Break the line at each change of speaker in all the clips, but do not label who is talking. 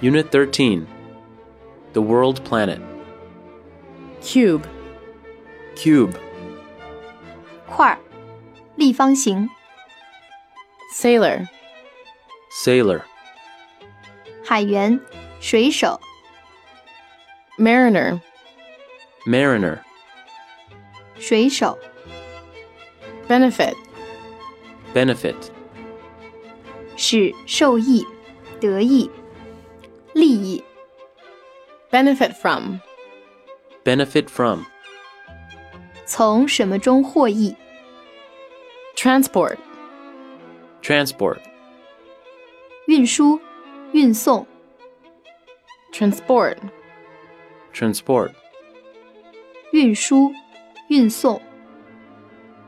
Unit 13 The World Planet
cube,
Cube
块儿、立方形、
sailor,
Sailor
海员、水手、
mariner,
Mariner
水手、
benefit,
Benefit
使受益、得益、利益、
benefit from,
Benefit from
从什么中获益、
transport,
Transport
运输、运送、
transport,
Transport
运输、运送、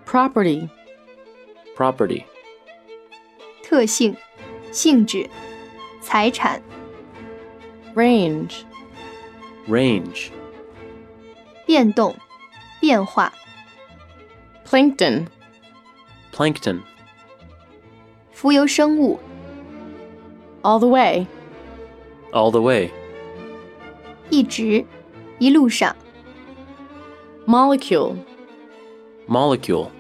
property,
Property
特性、性质、财产、
range,
Range
变动、变化、
plankton,
Plankton
浮游生物、
all the way,
All the way
一直、一路上、
molecule,
Molecule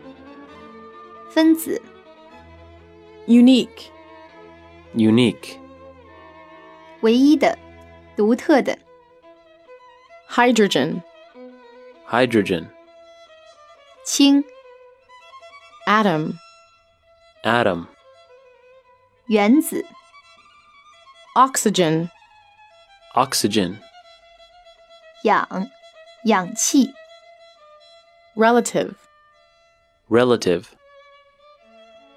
分子、
unique,
Unique
唯一的、独特的、
hydrogen,
Hydrogen
氢、
atom,
Atom
原子、
oxygen,
Oxygen
氧、氧气、
relative,
Relative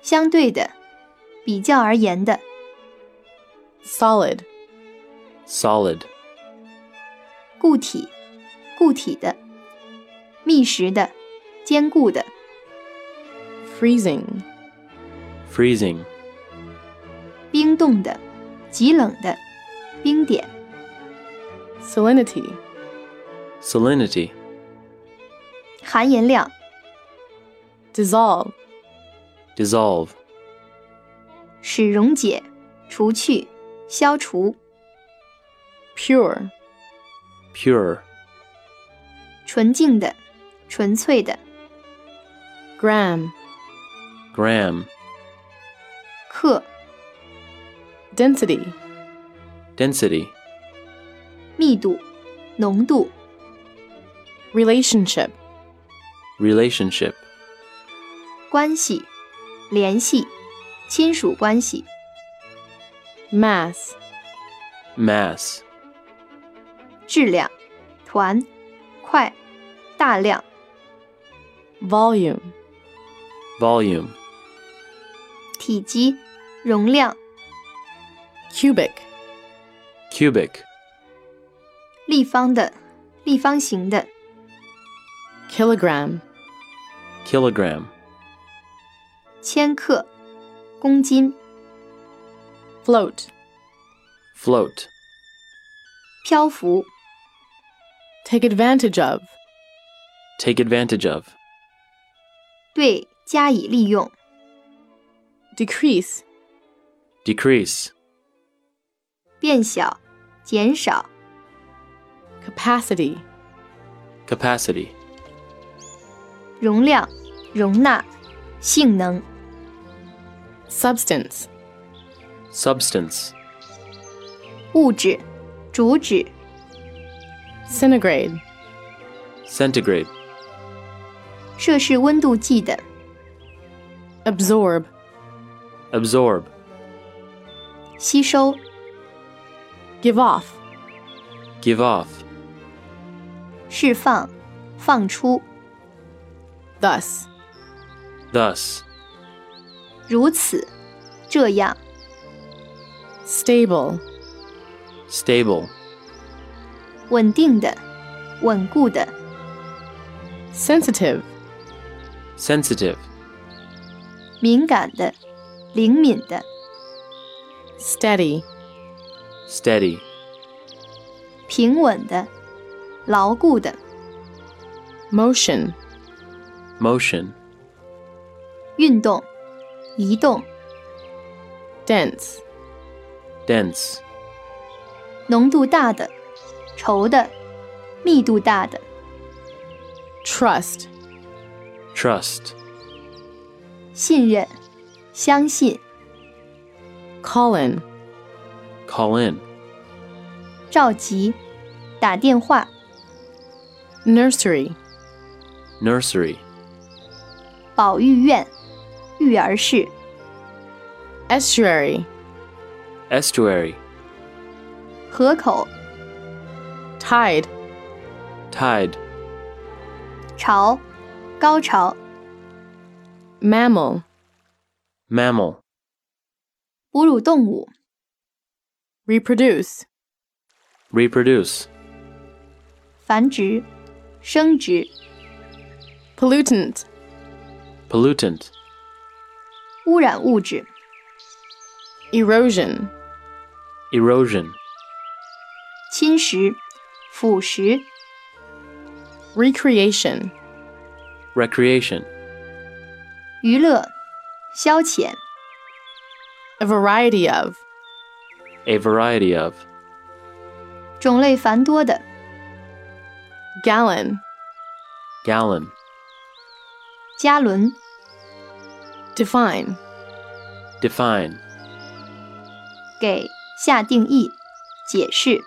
相对的、比较而言的、
solid,
Solid
固体、固体的、密实的、坚固的、
freezing,
Freezing
冰冻的、极冷的、冰点、
salinity,
Salinity
含盐量、
dissolve,
Dissolve
使溶解、除去、消除、
pure,
Pure
纯净的、纯粹的、
gram,
Gram
克、
density,
Density
密度、浓度、
relationship,
Relationship
关系、联系、亲属关系、
mass,
Mass
质量、团、块、大量、
volume,
Volume
体积、容量、
cubic,
Cubic
立方的、立方形的、
kilogram,
Kilogram
千克、公斤、
float,
Float
漂浮、
take advantage of,
Take advantage of
对加以利用、
decrease,
Decrease
变小、减少、
capacity,
Capacity
容量、容纳、性能、
substance,
Substance
物质、主旨、
centigrade,
Centigrade
摄氏温度计的、
absorb,
Absorb
吸收、
give off,
Give off
释放、放出、
thus,
Thus
如此、这样、
stable,
Stable
稳定的、稳固的、
sensitive,
Sensitive
敏感的、灵敏的、
steady,
Steady
平稳的、牢固的、
motion,
Motion
运动、移动、
dense,
Dense
浓度大的、稠的、密度大的。
trust,
trust,
信任、相信、
call in,
call in,
召集、打电话、
nursery,
nursery,
保育院、育儿室、
estuary,
estuary,
河口、
tide,
tide,
潮、高潮、
mammal,
mammal,
哺乳动物、
reproduce,
reproduce,
繁殖、生殖、
pollutant,
pollutant,
污染物质、
erosion,
erosion,
侵蚀、腐蚀、
recreation,
recreation,
娱乐、消遣、
a variety of,
a variety of,
种类繁多的、
gallon,
gallon,
加仑、
define,
define,
给下定义、解释。